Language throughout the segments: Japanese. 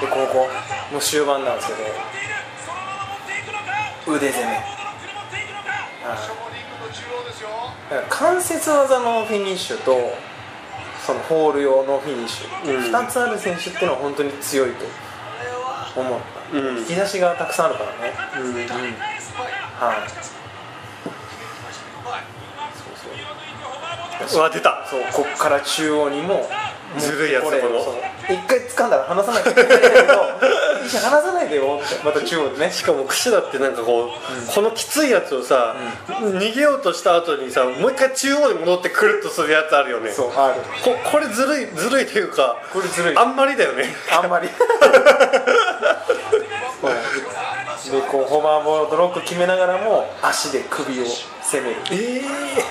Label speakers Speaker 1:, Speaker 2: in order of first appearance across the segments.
Speaker 1: でここの終盤なんですけど腕攻めだから関節技のフィニッシュとそのホール用のフィニッシュ、
Speaker 2: うん
Speaker 1: 2つある選手ってのは本当に強いと思った、
Speaker 2: うん
Speaker 1: 引き出しがたくさんあるからね、はい、
Speaker 2: うわ出た
Speaker 1: そうこっから中央にも
Speaker 2: ずるいやつ
Speaker 1: これ
Speaker 2: この
Speaker 1: そう一回掴んだら離さなきゃいけ ないんだけど一緒に離さないでよってまた中央でね
Speaker 2: しかも櫛田ってなんかこう、このきついやつをさ、逃げようとした後にさもう一回中央に戻ってくるっとするやつあるよね
Speaker 1: そうある
Speaker 2: ここれずるいずるいというか
Speaker 1: これずるい
Speaker 2: あんまりだよね
Speaker 1: あんまりそうでこうホバーボードロック決めながらも足で首を攻める
Speaker 2: ええ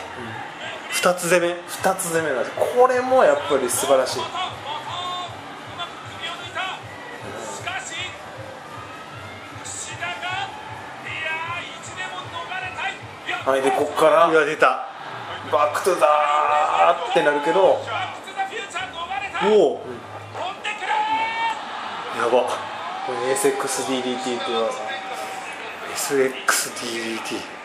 Speaker 2: 二つ攻め
Speaker 1: 2つ攻めなんですこれもやっぱり素晴らしいはいでこっから
Speaker 2: うわ出た
Speaker 1: バックトゥザーってなるけど
Speaker 2: おお、やば
Speaker 1: これ SXDDT っていう技
Speaker 2: SXDDT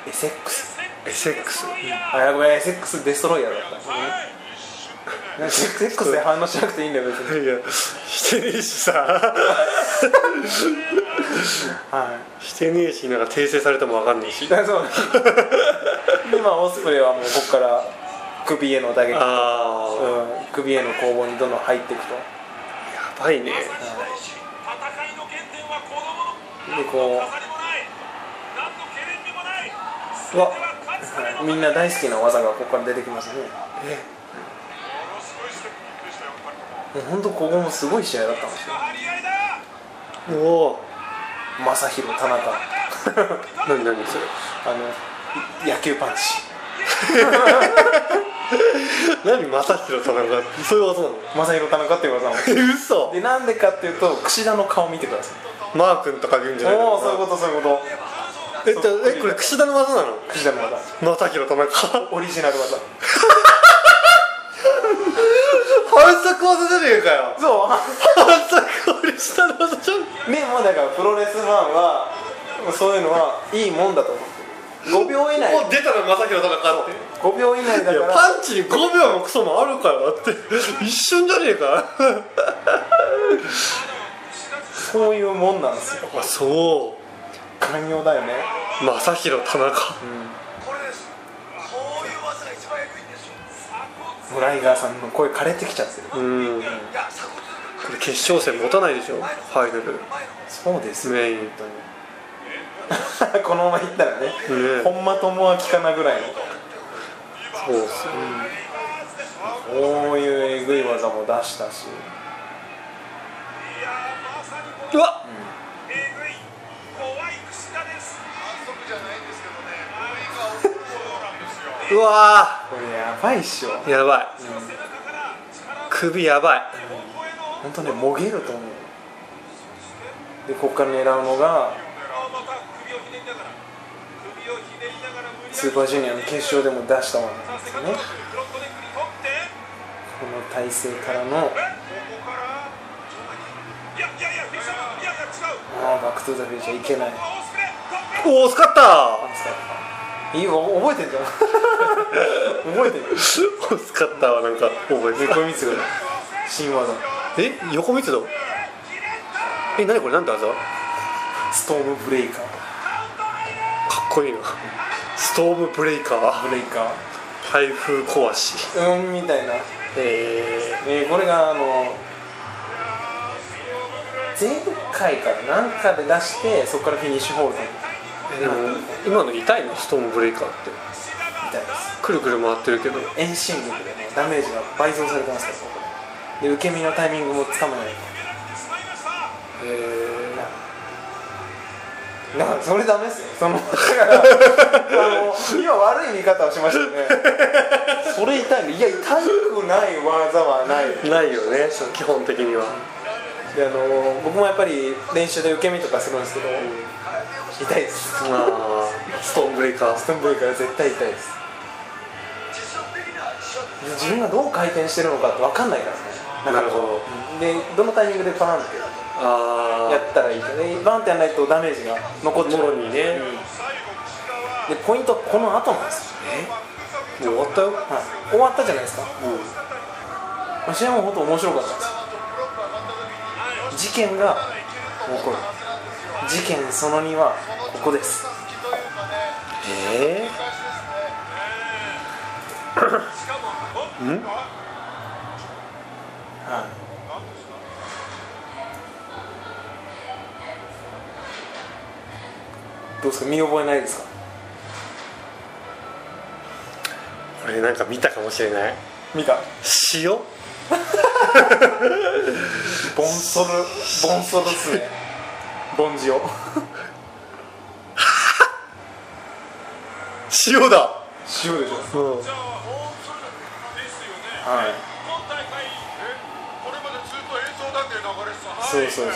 Speaker 1: SX
Speaker 2: SX
Speaker 1: あやばい SX デストロイヤーだった SX で反応しなくていいんだよ別に
Speaker 2: いやしてねえしさ
Speaker 1: は
Speaker 2: してねえしなんか訂正されてもわかんねえ
Speaker 1: い
Speaker 2: し
Speaker 1: だからそう でまあオスプレイはもうここから首への打撃、うん、
Speaker 2: ああ
Speaker 1: 首への攻防にどんどん入っていくと
Speaker 2: やばいね
Speaker 1: でこううわはいみんな大好きな技がここから出てきますねもう本当ここもすごい試合だったんですよ
Speaker 2: おお
Speaker 1: 正弘田中
Speaker 2: 何何それ
Speaker 1: あのい野球パンチ
Speaker 2: 何正弘さんなんかそういう技なの
Speaker 1: 正弘田中っていう技も
Speaker 2: え嘘
Speaker 1: でなんでかっていうと櫛田の顔見てください
Speaker 2: マー君とか言うんじゃない
Speaker 1: おお
Speaker 2: の
Speaker 1: そういうことそういうこ
Speaker 2: えじゃあえこれ櫛田の技なの
Speaker 1: と櫛田の技
Speaker 2: 正弘田中
Speaker 1: オリジナル技
Speaker 2: 反則技じゃねえかよ
Speaker 1: そう
Speaker 2: 反則俺下の技じゃん
Speaker 1: ねもうだ からプロレスファンはもうそういうのはいいもんだと思って5秒以内
Speaker 2: もう出たら正弘田中って
Speaker 1: 5秒以内だか
Speaker 2: いや
Speaker 1: ら
Speaker 2: パンチに5秒もクソもあるからだって一瞬じゃねえか
Speaker 1: そういうもんなんですよ
Speaker 2: あそ
Speaker 1: 寛容だよね
Speaker 2: う正弘田中
Speaker 1: もうライガーさんの声枯れてきちゃってる
Speaker 2: うんこれ決勝戦持たないでしょファイナル
Speaker 1: そうです ね
Speaker 2: メイン
Speaker 1: このままいったらね
Speaker 2: ね
Speaker 1: 本間友明かなぐらいの
Speaker 2: そうっすね
Speaker 1: こういうえぐい技も出したし
Speaker 2: うわうわ
Speaker 1: これやばいっしょ
Speaker 2: ーやばい首やばい
Speaker 1: 本当ねもげると思うでここから狙うのがスーパージュニアの決勝でも出したものなんですよねこの体勢からのあーバック・トゥ・ザ・フューチャーいけない
Speaker 2: おお惜しかった
Speaker 1: いいよ覚えてんじゃん覚えてん じ
Speaker 2: 惜しかったわなんか覚えて
Speaker 1: ゃん横
Speaker 2: る
Speaker 1: 光が新技
Speaker 2: え横密度え何これなんて技かっ
Speaker 1: ストームブレイカー
Speaker 2: こいいなストームブレイカー
Speaker 1: ブレイカ
Speaker 2: 台風壊し
Speaker 1: ーうんみたいな
Speaker 2: え
Speaker 1: えーこれがあの前回から何かで出してそこからフィニッシュホールドみ
Speaker 2: ー、でも今の痛いのストームブレイカーって
Speaker 1: たいです
Speaker 2: くるくる回ってるけど
Speaker 1: 遠心力でねダメージが倍増されてますからここでで受け身のタイミングもつかめない
Speaker 2: え
Speaker 1: だからそれダメっすよそのだからあの今悪い見方をしましたよねそれ痛いのいや痛くない技はない
Speaker 2: ー、ないよねそう基本的には
Speaker 1: であの僕もやっぱり練習で受け身とかするんですけど痛いです
Speaker 2: あーストームブレイカー
Speaker 1: ストーンブレイから絶対痛いですで自分がどう回転してるのかって分かんないからね
Speaker 2: なるほど
Speaker 1: どでどのタイミングで絡んで
Speaker 2: あ
Speaker 1: やったらいいけどねバンってやらないとダメージが残っちゃう
Speaker 2: もろにね
Speaker 1: うんでポイントはこの後なんですよ、
Speaker 2: ーもう終わったよ、
Speaker 1: はい、終わったじゃないですか、まあ試合も本当面白かったんですよ事件が起こる事件その2はここです
Speaker 2: ええん
Speaker 1: どうですか見覚えないですか
Speaker 2: これなんか見たかもしれない
Speaker 1: 見た
Speaker 2: 塩
Speaker 1: ボンソルボンソルっすねボンジオ
Speaker 2: 塩だ
Speaker 1: 塩でしょ
Speaker 2: うん
Speaker 1: はい
Speaker 3: そうそうそう。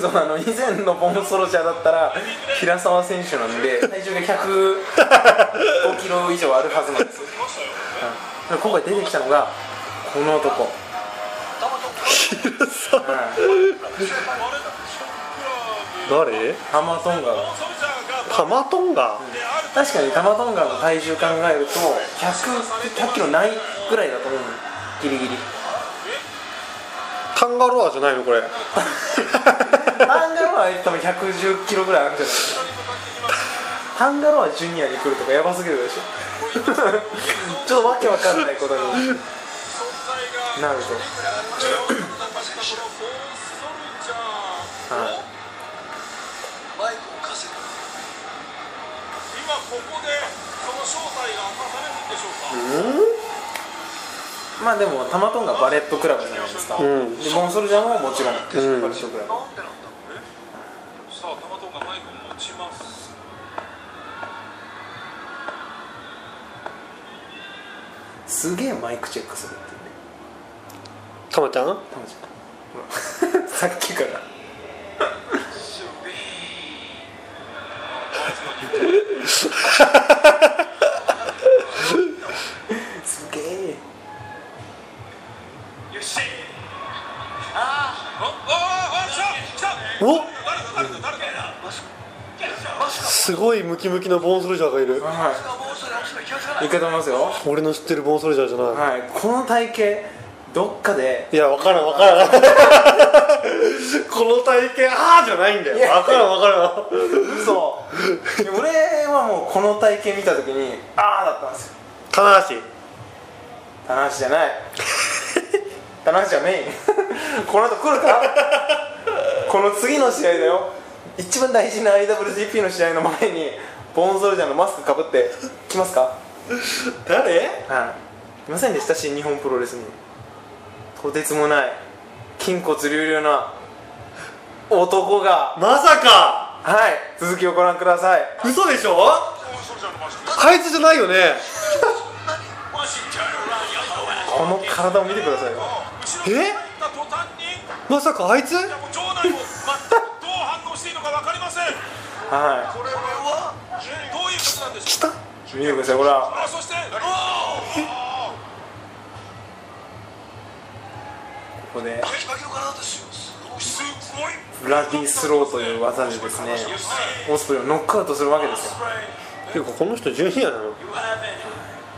Speaker 1: そうあの以前のボンソロチャーだったら平沢選手なんで体 重が105キロ以上あるはずなんですよ、はい今回出てきたのがこの男、はい、
Speaker 2: 誰
Speaker 1: ハマトンガが
Speaker 2: ハマトンガ、
Speaker 1: 確かにタマトンガの体重考えると100 100キロないぐらいだと思うギリギリ
Speaker 2: カンガロアじゃないのこれ
Speaker 1: タンガロア多分110キロぐらいあるんじゃないですかタンガロアジュニアに来るとかやばすぎるでしょちょっとわけわかんないことになると、はい、
Speaker 3: 今ここでその正体が明かされるんでしょうか。
Speaker 1: まあでもタマトンがバレットクラブじゃないですか、
Speaker 2: ん
Speaker 1: でモンソルジャンはもちろん
Speaker 2: ん
Speaker 1: バレットクラブ、
Speaker 3: なんでなんだろうねさあ、玉トンがマイクを持ちます。
Speaker 1: すげえマイクチェックするっていうね
Speaker 2: タマちゃん
Speaker 1: タマちゃんほらさっきからすげえ
Speaker 3: よし。ああ、お、お、お、来た、来た。
Speaker 2: お
Speaker 3: 誰だ、誰だ、誰だ。
Speaker 2: すごいムキムキのボーンソルジャーがいる
Speaker 1: はいいけと思いますよ
Speaker 2: 俺の知ってるボーンソルジャーじゃない、
Speaker 1: はいこの体型どっかで
Speaker 2: いや分からん分からんこの体型ああじゃないんだよ
Speaker 1: いや
Speaker 2: 分からん分からん
Speaker 1: 嘘で俺はもうこの体型見た時にああだったんですよ
Speaker 2: 棚橋
Speaker 1: 棚橋じゃない 棚橋じゃメイン この後来るか この次の試合だよ一番大事な IWGP の試合の前にボーンソルジャーのマスクかぶって来ますか
Speaker 2: 誰
Speaker 1: はいいませんでした新日本プロレスにとてつもない筋骨隆々な男が
Speaker 2: まさか
Speaker 1: はい続きをご覧ください
Speaker 2: 嘘でしょあいつじゃないよね
Speaker 1: この体を見てくださいよ
Speaker 2: えまさかあいつ
Speaker 1: は
Speaker 2: 来た
Speaker 1: い見てくださいほら
Speaker 3: あ、そして、
Speaker 1: ここで
Speaker 3: すごい。
Speaker 1: ブラディスローという技でですねオスプレイをノックアウトするわけですよ
Speaker 2: ていうかこの人ジュニアなの
Speaker 4: You having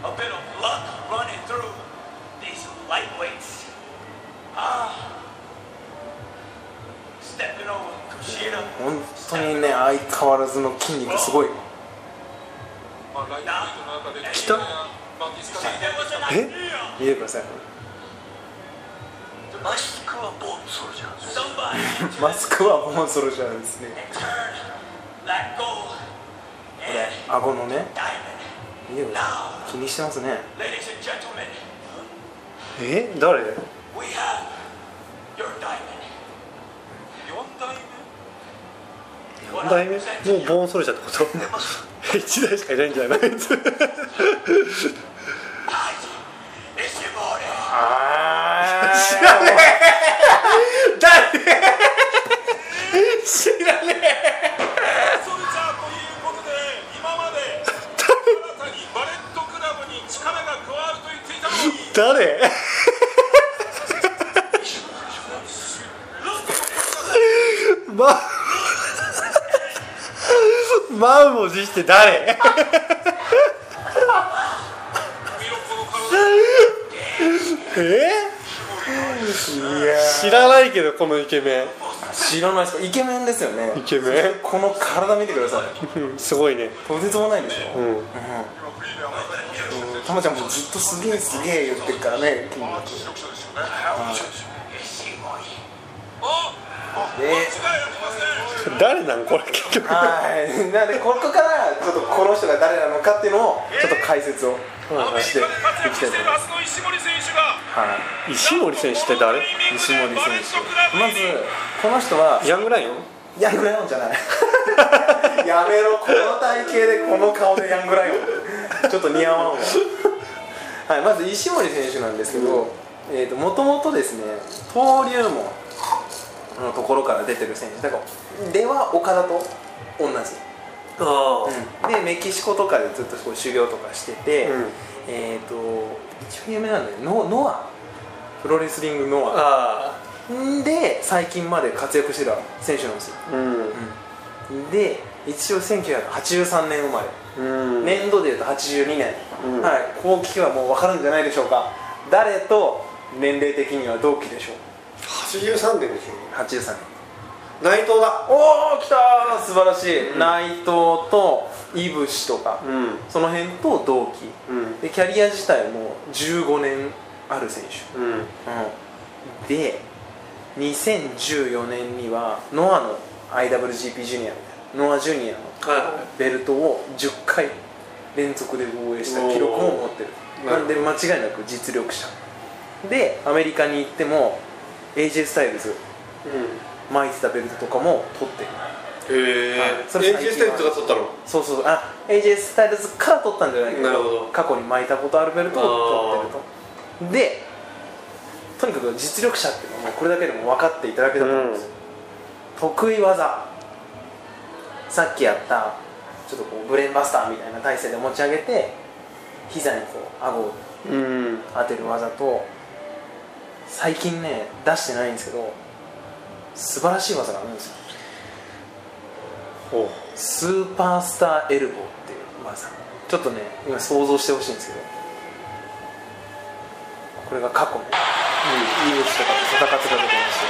Speaker 4: a bit of luck running through these lightweights. Ah. Stepping over Kushida.
Speaker 1: 本当にね相変わらずの筋肉すごい
Speaker 3: 来
Speaker 2: たえ
Speaker 4: idea.
Speaker 1: 見てくださいこ
Speaker 4: Must go aboard, soldier. Somebody
Speaker 1: れマスクはボンソルジャーですね
Speaker 4: turn that gold
Speaker 1: これ
Speaker 4: and
Speaker 1: 顎のね
Speaker 4: diamond.
Speaker 1: 見てください気にしてますね
Speaker 4: Ladies and gentlemen,
Speaker 2: え誰
Speaker 4: we have your diamond.
Speaker 2: 何代目もうボーンソルジャーってこと 一台しかいないんじゃないあいつ
Speaker 4: It's your morning.
Speaker 1: あ
Speaker 2: 誰知らねえ
Speaker 3: ソルジャーということで今まで新たにバレットクラブに力が加わると言っていたのに
Speaker 2: 誰ま満を持して誰
Speaker 3: 見ろこの体
Speaker 2: え
Speaker 1: いや
Speaker 2: 知らないけどこのイケメ
Speaker 1: 知らないですかイケメンですよね
Speaker 2: イケメン
Speaker 1: そしてこの体見てください
Speaker 2: ンうんすごいね
Speaker 1: とてつもないでしょ、
Speaker 2: うん
Speaker 1: たまちゃんもずっとすげえすげえ言ってるからね筋肉
Speaker 3: あ
Speaker 1: で
Speaker 3: 間違いありません
Speaker 2: 誰なんこれ結局
Speaker 1: はいなのでここからちょっとこの人が誰なのかっていうのをちょっと解説を
Speaker 3: アメリ
Speaker 1: して
Speaker 3: カで活
Speaker 1: いき
Speaker 3: 躍
Speaker 1: たい
Speaker 3: し
Speaker 1: と
Speaker 3: てい
Speaker 1: 思います
Speaker 3: るはずの石森選手が
Speaker 1: はい
Speaker 2: 石森選
Speaker 1: 西
Speaker 2: 手って誰
Speaker 1: 森選手まず
Speaker 3: まず
Speaker 1: この人は
Speaker 2: ヤングライオン
Speaker 1: ヤングライオンじゃない やめろこの体型でこの顔でヤングライオンちょっと似合わんわはいまず石森選手なんですけど、えー、ともともとですね登竜門のところから出てる選手だからでは岡田と同じ
Speaker 2: あ
Speaker 1: でメキシコとかでずっとこう修行とかしてて、
Speaker 2: うん
Speaker 1: えっ、と一応有名なんだよノノアプロレスリングノ
Speaker 2: あ
Speaker 1: アんで最近まで活躍してた選手なんですよ
Speaker 2: あうん
Speaker 1: で一応1983年生まれ、
Speaker 2: うん
Speaker 1: 年度でいうと82年、
Speaker 2: うん
Speaker 1: はいこう聞けばもう分かるんじゃないでしょうか誰と年齢的には同期でしょう
Speaker 2: 83年でしょ
Speaker 1: 83年
Speaker 2: 内藤だ
Speaker 1: おお来たー素晴らしい、内藤といぶしとか、
Speaker 2: うん
Speaker 1: その辺と同期、
Speaker 2: うん
Speaker 1: でキャリア自体も15年ある選手、
Speaker 2: うん
Speaker 1: うん、で2014年にはノアの IWGP ジュニアみたいなノアジュニアの
Speaker 2: は
Speaker 1: ベルトを10回連続で防衛した記録を持ってる
Speaker 2: おー
Speaker 1: なんで間違いなく実力者でアメリカに行っても AJ スタイルズ
Speaker 2: いうん
Speaker 1: 巻いてたベルトとかも取ってる
Speaker 2: へ
Speaker 1: はい
Speaker 2: え
Speaker 1: それ
Speaker 2: AJ スタイルズが取ったの
Speaker 1: そうそうあ AJ スタイルズから取ったんじゃないけど
Speaker 2: なるほど
Speaker 1: 過去に巻いたことあるベルトを取ってるとでとにかく実力者っていうのはもうこれだけでも分かっていただけたと思うんですよ、得意技さっきやったちょっとこうブレーンバスターみたいな体勢で持ち上げて膝にこう顎を
Speaker 2: うん
Speaker 1: 当てる技と最近ね出してないんですけど素晴らしい技があるんですよ
Speaker 2: ほう
Speaker 1: スーパースターエルボーっていう技ちょっとね今想像してほしいんですけどこれが過去ねイブシとかと戦ってた時にして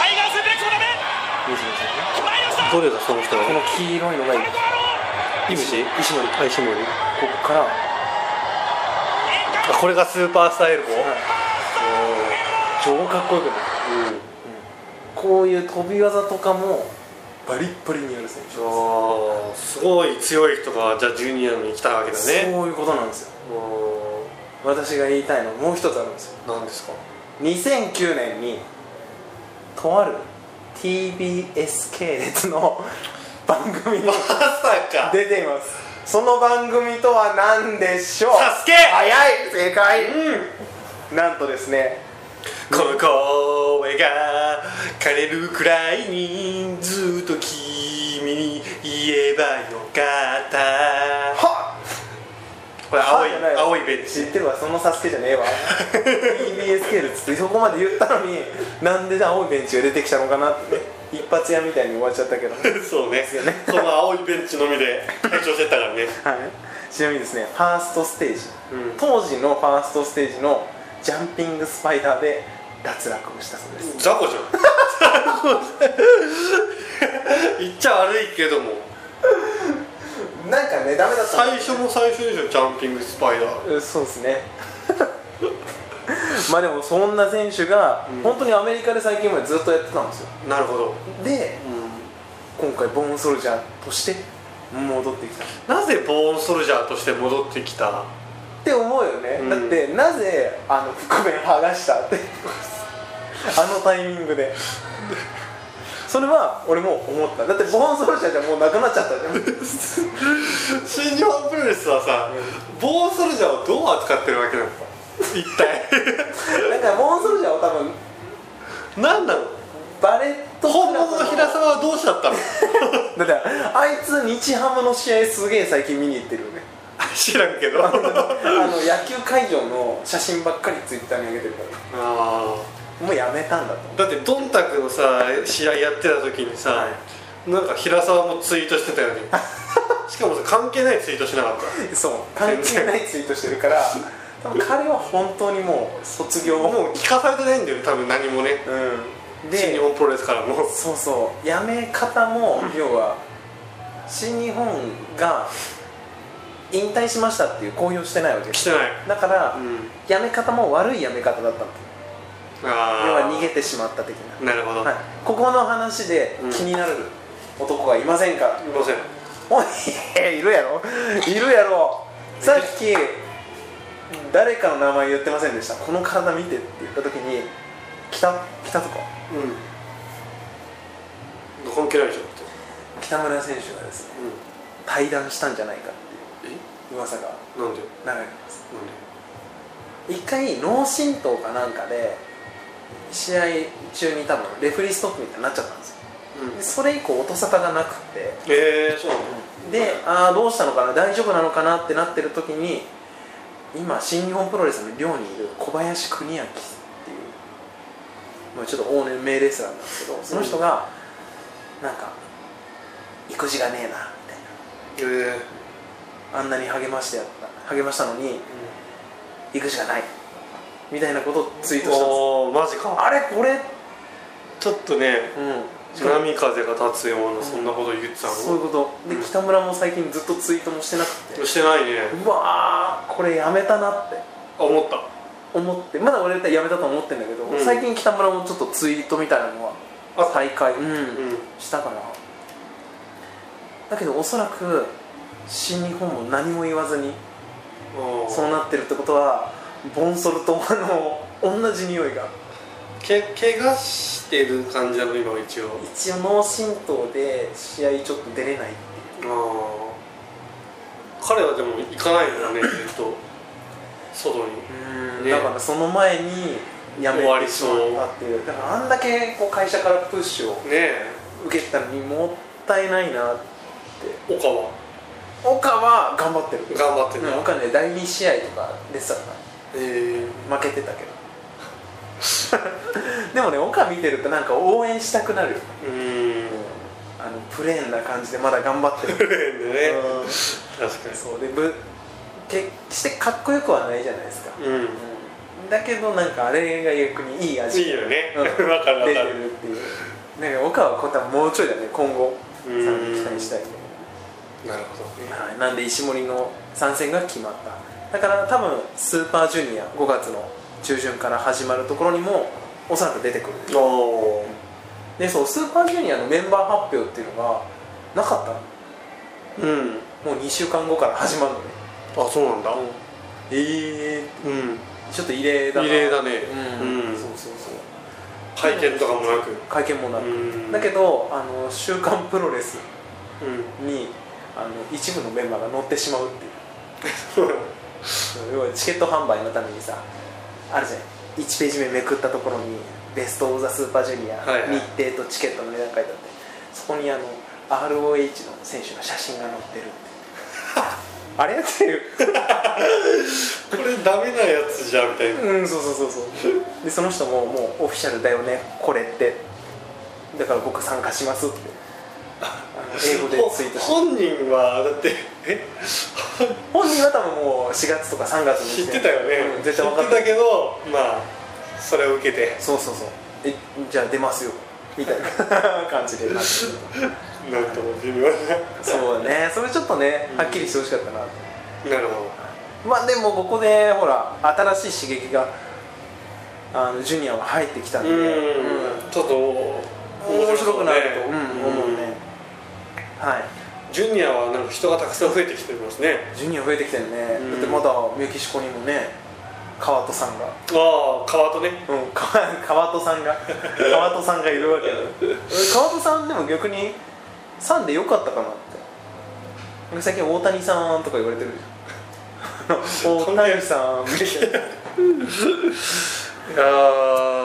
Speaker 3: タイガースベックのダメ
Speaker 1: イブシですね
Speaker 3: 前の下
Speaker 2: どれだその
Speaker 1: こ
Speaker 2: 人は
Speaker 1: の黄色いのがイブシ
Speaker 2: イブ
Speaker 1: 石
Speaker 2: シ
Speaker 1: 森こ
Speaker 2: あ石森
Speaker 1: こから、はい
Speaker 2: あこれがスーパースタイルボ
Speaker 1: 超かっこよくないこういう飛び技とかもバリッバリにやる選手です、
Speaker 2: ああすごい強い人がじゃあジュニアに来たわけだね
Speaker 1: そういうことなんですよ
Speaker 2: う
Speaker 1: 私が言いたいのもう一つあるんですよ
Speaker 2: ん何ですか
Speaker 1: 2009年にとある TBS 系列の番組に
Speaker 2: か
Speaker 1: 出ていますその番組とは何でしょう
Speaker 2: サスケ
Speaker 1: 早い正解、なんとですね
Speaker 2: この声が枯れるくらいにずっと君に言えばよかった
Speaker 1: は
Speaker 2: これ青い
Speaker 1: はじゃなわ
Speaker 2: 青いベン
Speaker 1: 知
Speaker 2: チ
Speaker 1: ってるわそのサスケじゃねえわ TBS 系列ってそこまで言ったのになんで青いベンチが出てきたのかなって一発屋みたいに終わっちゃったけど
Speaker 2: そうねその青いベンチのみで退場してったからね
Speaker 1: はい、ちなみにですねファーストステージ、
Speaker 2: うん
Speaker 1: 当時のファーストステージのジャンピングスパイダーで脱落をしたそうです、
Speaker 2: 雑魚じ ゃん言っちゃ悪いけども
Speaker 1: なんかねダメだった
Speaker 2: 最初も最初でしょジャンピングスパイダー
Speaker 1: うんそうですね まあでもそんな選手が、本当にアメリカで最近までずっとやってたんですよ
Speaker 2: なるほど、
Speaker 1: で今回ボーンソルジャーとして戻ってきたっ
Speaker 2: なぜボーンソルジャーとして戻ってきた
Speaker 1: て思うよね、
Speaker 2: うん
Speaker 1: だってなぜあの覆面剥がしたって あのタイミングでそれは俺も思っただってボーンソルジャーじゃもうなくなっちゃったじゃん
Speaker 2: 新日本プロレスはさ、ボーンソルジャーをどう扱ってるわけなのか一 体
Speaker 1: なんかボーンソルジャーは多分
Speaker 2: 何なの
Speaker 1: バレット
Speaker 2: 本物の平沢はどうしちゃったの
Speaker 1: だってあいつ日ハムの試合すげえ最近見に行ってるよね
Speaker 2: 知らんけど
Speaker 1: あの野球会場の写真ばっかりツイッターに上げてるから
Speaker 2: あ
Speaker 1: もうやめたんだと
Speaker 2: だってドンタクのさ試合やってた時にさ、
Speaker 1: は
Speaker 2: なんか平沢もツイートしてたよ ねしかもさ関係ないツイートしなかった
Speaker 1: そう関係ないツイートしてるから多分彼は本当にもう卒業を
Speaker 2: もう聞かされてないんだよね多分何もね
Speaker 1: うん
Speaker 2: 新日
Speaker 1: で
Speaker 2: 本プロレスからも
Speaker 1: そうそう辞め方も要は新日本が引退しましたっていう公表してないわけで
Speaker 2: し
Speaker 1: す
Speaker 2: てない、
Speaker 1: だから、
Speaker 2: うん、
Speaker 1: 辞め方も悪い辞め方だったの要
Speaker 2: あ
Speaker 1: は
Speaker 2: あ
Speaker 1: 逃げてしまった的な、
Speaker 2: なるほど、
Speaker 1: はい、ここの話で
Speaker 2: うん
Speaker 1: 気になる男がいませんか、
Speaker 2: いません
Speaker 1: おいいるやろいるやろさっき誰かの名前言ってませんでしたこの体見てって言った時に北北とか
Speaker 2: うん関係ないじゃんって、
Speaker 1: 北村選手がですね
Speaker 2: う
Speaker 1: 対談したんじゃないかっ
Speaker 2: ん、
Speaker 1: ていう噂が
Speaker 2: えなんで
Speaker 1: 流れてます
Speaker 2: なんで
Speaker 1: 一回脳震盪かなんかで試合中に多分レフェリーストップみたいになっちゃったんですよ
Speaker 2: うん
Speaker 1: でそれ以降音沙汰がなくって
Speaker 2: ええー、そうなの、
Speaker 1: でああどうしたのかな大丈夫なのかなってなってる時に今新日本プロレスの寮にいる小林邦明っていうもうちょっと往年名レスラーなんですけどその人がなんか育児がねえなみたい
Speaker 2: ええ
Speaker 1: なあんなに励ましてやった励ましたのに育児がないみたいなことをツイートしたんです
Speaker 2: おーマジか
Speaker 1: あれこれ
Speaker 2: ちょっとね
Speaker 1: うんしかも
Speaker 2: 波風が立つようなそんなこと言ってた
Speaker 1: そういう
Speaker 2: の、
Speaker 1: ことで
Speaker 2: うん
Speaker 1: 北村も最近ずっとツイートもしてなくて
Speaker 2: してないね
Speaker 1: うわーこれやめたなって
Speaker 2: あ思った
Speaker 1: 思ってまだ俺はやめたと思ってんだけど、
Speaker 2: うん
Speaker 1: 最近北村もちょっとツイートみたいなのは
Speaker 2: あ
Speaker 1: 再開、うん
Speaker 2: うん
Speaker 1: したからだけどおそらく新日本も何も言わずに
Speaker 2: あー
Speaker 1: そうなってるってことはボンソルとの同じ匂いが
Speaker 2: け怪我してる感じなの今は一応
Speaker 1: 一応脳震盪で試合ちょっと出れないっていう
Speaker 2: ああ彼はでも行かないん だねずっと外にね
Speaker 1: だからその前に辞
Speaker 2: 終わ
Speaker 1: め
Speaker 2: り
Speaker 1: てし
Speaker 2: そう
Speaker 1: まったっていうだからあんだけこう会社からプッシュを
Speaker 2: ねえ
Speaker 1: 受けたのにもったいないなって
Speaker 2: 岡は
Speaker 1: 岡は頑張ってる
Speaker 2: 頑張ってんだ、
Speaker 1: うん、
Speaker 2: へ
Speaker 1: 岡ね第2試合とか出てたから
Speaker 2: え
Speaker 1: 負けてたけどでもね岡見てるとなんか応援したくなるよ
Speaker 2: うーん
Speaker 1: あのプレーンな感じでまだ頑張ってる
Speaker 2: ね
Speaker 1: うん
Speaker 2: 確か
Speaker 1: そうでぶ決してかっこよくはないじゃないですか、
Speaker 2: にうん
Speaker 1: うんだけどなんかあれが逆にいい味
Speaker 2: いいよね
Speaker 1: うん
Speaker 2: わかるわか
Speaker 1: 出て
Speaker 2: る
Speaker 1: るっていうなんか岡はこう多分もうちょいだね今後
Speaker 2: うん
Speaker 1: さらに期待したいね
Speaker 2: なるほどね
Speaker 1: はいなんで石森の参戦が決まっただから多分スーパージュニア5月の中旬から始まるところにもおそらく出てくる
Speaker 2: おー
Speaker 1: でそうスーパージュニアのメンバー発表っていうのがなかった
Speaker 2: うん
Speaker 1: のもう2週間後から始まるのね
Speaker 2: あそうなんだ
Speaker 1: ええ
Speaker 2: うん
Speaker 1: ちょっと異例だな
Speaker 2: 異例だね
Speaker 1: うん、
Speaker 2: うん
Speaker 1: そうそうそう
Speaker 2: 会見とかもなく
Speaker 1: 会見もなく、
Speaker 2: うん
Speaker 1: だけどあの週刊プロレス
Speaker 2: うん
Speaker 1: にあの一部のメンバーが乗ってしまうっていう 要はチケット販売のためにさあるじゃん1ページ目めくったところに「ベスト・オブ・ザ・スーパージュニア」
Speaker 2: はいはい
Speaker 1: 日程とチケットの値段書いてあってそこにあの ROH の選手の写真が載ってるって あれっていう
Speaker 2: これダメなやつじゃんみたいな
Speaker 1: うんそうそうそうそうでその人ももうオフィシャルだよねこれってだから僕参加しますってあの英語でツイートして
Speaker 2: 本人はだってえ
Speaker 1: 本人は多分もう4月とか3月に
Speaker 2: 知ってたよね、
Speaker 1: うん絶対分か
Speaker 2: 知
Speaker 1: っ
Speaker 2: ってて
Speaker 1: る
Speaker 2: たけどまあそれを受けて
Speaker 1: そうそうそうえじゃあ出ますよみたいな感じでなって
Speaker 2: なんとも微妙な
Speaker 1: そうだねそれちょっとねはっきりしてほしかったなと、
Speaker 2: なるほど
Speaker 1: まあでもここでほら新しい刺激があのジュニアは入ってきたんで、
Speaker 2: うん、ちょっと
Speaker 1: うん面白くなると、うん
Speaker 2: 面白そう
Speaker 1: 思うね、
Speaker 2: ん
Speaker 1: はい
Speaker 2: ジュニアはなんか人がたくさん増えてきてますね
Speaker 1: ジュニア増えてきたよね、
Speaker 2: うん
Speaker 1: だってまだメキシコにもね川戸さんが
Speaker 2: ああ川とね
Speaker 1: うん、川 川戸さんが川戸さんがいるわけだ 川戸さんでも逆に3でよかったかなって俺最近大谷さんとか言われてるじ ゃん大谷さんみたいない
Speaker 2: や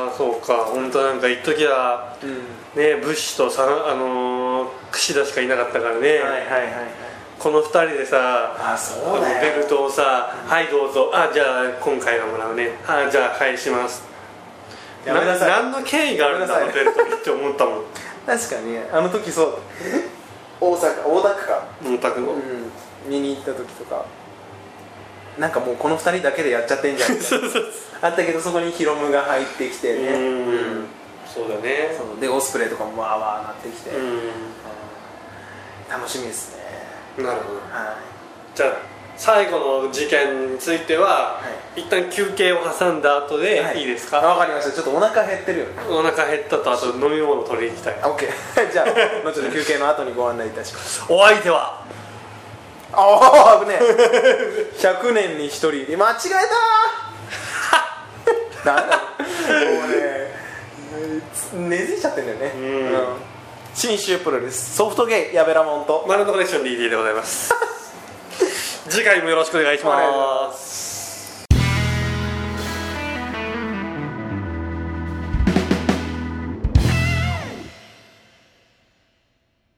Speaker 2: ーそうか本当なんか一時は
Speaker 1: うん
Speaker 2: ねブッシュとさあのー、櫛田しかいなかったからね、
Speaker 1: はいはいはいはい
Speaker 2: この二人でさ
Speaker 1: あそうだ
Speaker 2: ベ
Speaker 1: よ
Speaker 2: ルトをさ「はいどうぞあじゃあ今回のもらうねあじゃあ返します」
Speaker 1: やめなさい
Speaker 2: 何の権威があるんだ
Speaker 1: や
Speaker 2: あ
Speaker 1: めな
Speaker 2: の
Speaker 1: さ
Speaker 2: ベ
Speaker 1: い
Speaker 2: ルトにって思ったもん
Speaker 1: 確かにあの時そうだ大阪大田区か
Speaker 2: 野田 君の
Speaker 1: うん見に行った時とかなんかもうこの2人だけでやっちゃってんじゃん みたいなあったけどそこにヒロムが入ってきてね
Speaker 2: うんそうだね
Speaker 1: そうでオスプレイとかもわーわーなってきて、
Speaker 2: う
Speaker 1: 楽しみですね
Speaker 2: んなるほど
Speaker 1: は
Speaker 2: じゃあ最後の事件については、
Speaker 1: は
Speaker 2: 一旦休憩を挟んだ後
Speaker 1: い
Speaker 2: で、、
Speaker 1: はい
Speaker 2: いです
Speaker 1: あ
Speaker 2: か
Speaker 1: わかりましたちょっとお腹減ってるよね
Speaker 2: お腹減ったとあと飲み物取りに行きたい
Speaker 1: あ OK じゃあ後の休憩の後にご案内いたします
Speaker 2: お相手は
Speaker 1: ああ危ねえ100年に1人間違え たーなんだもうねつ根付いちゃってんだよね
Speaker 2: ん
Speaker 1: うん新州プロレスソフトゲイやべらもんと
Speaker 2: マルドコレクション DD でございます次回もよろしくお願いし
Speaker 1: お願いし
Speaker 2: ます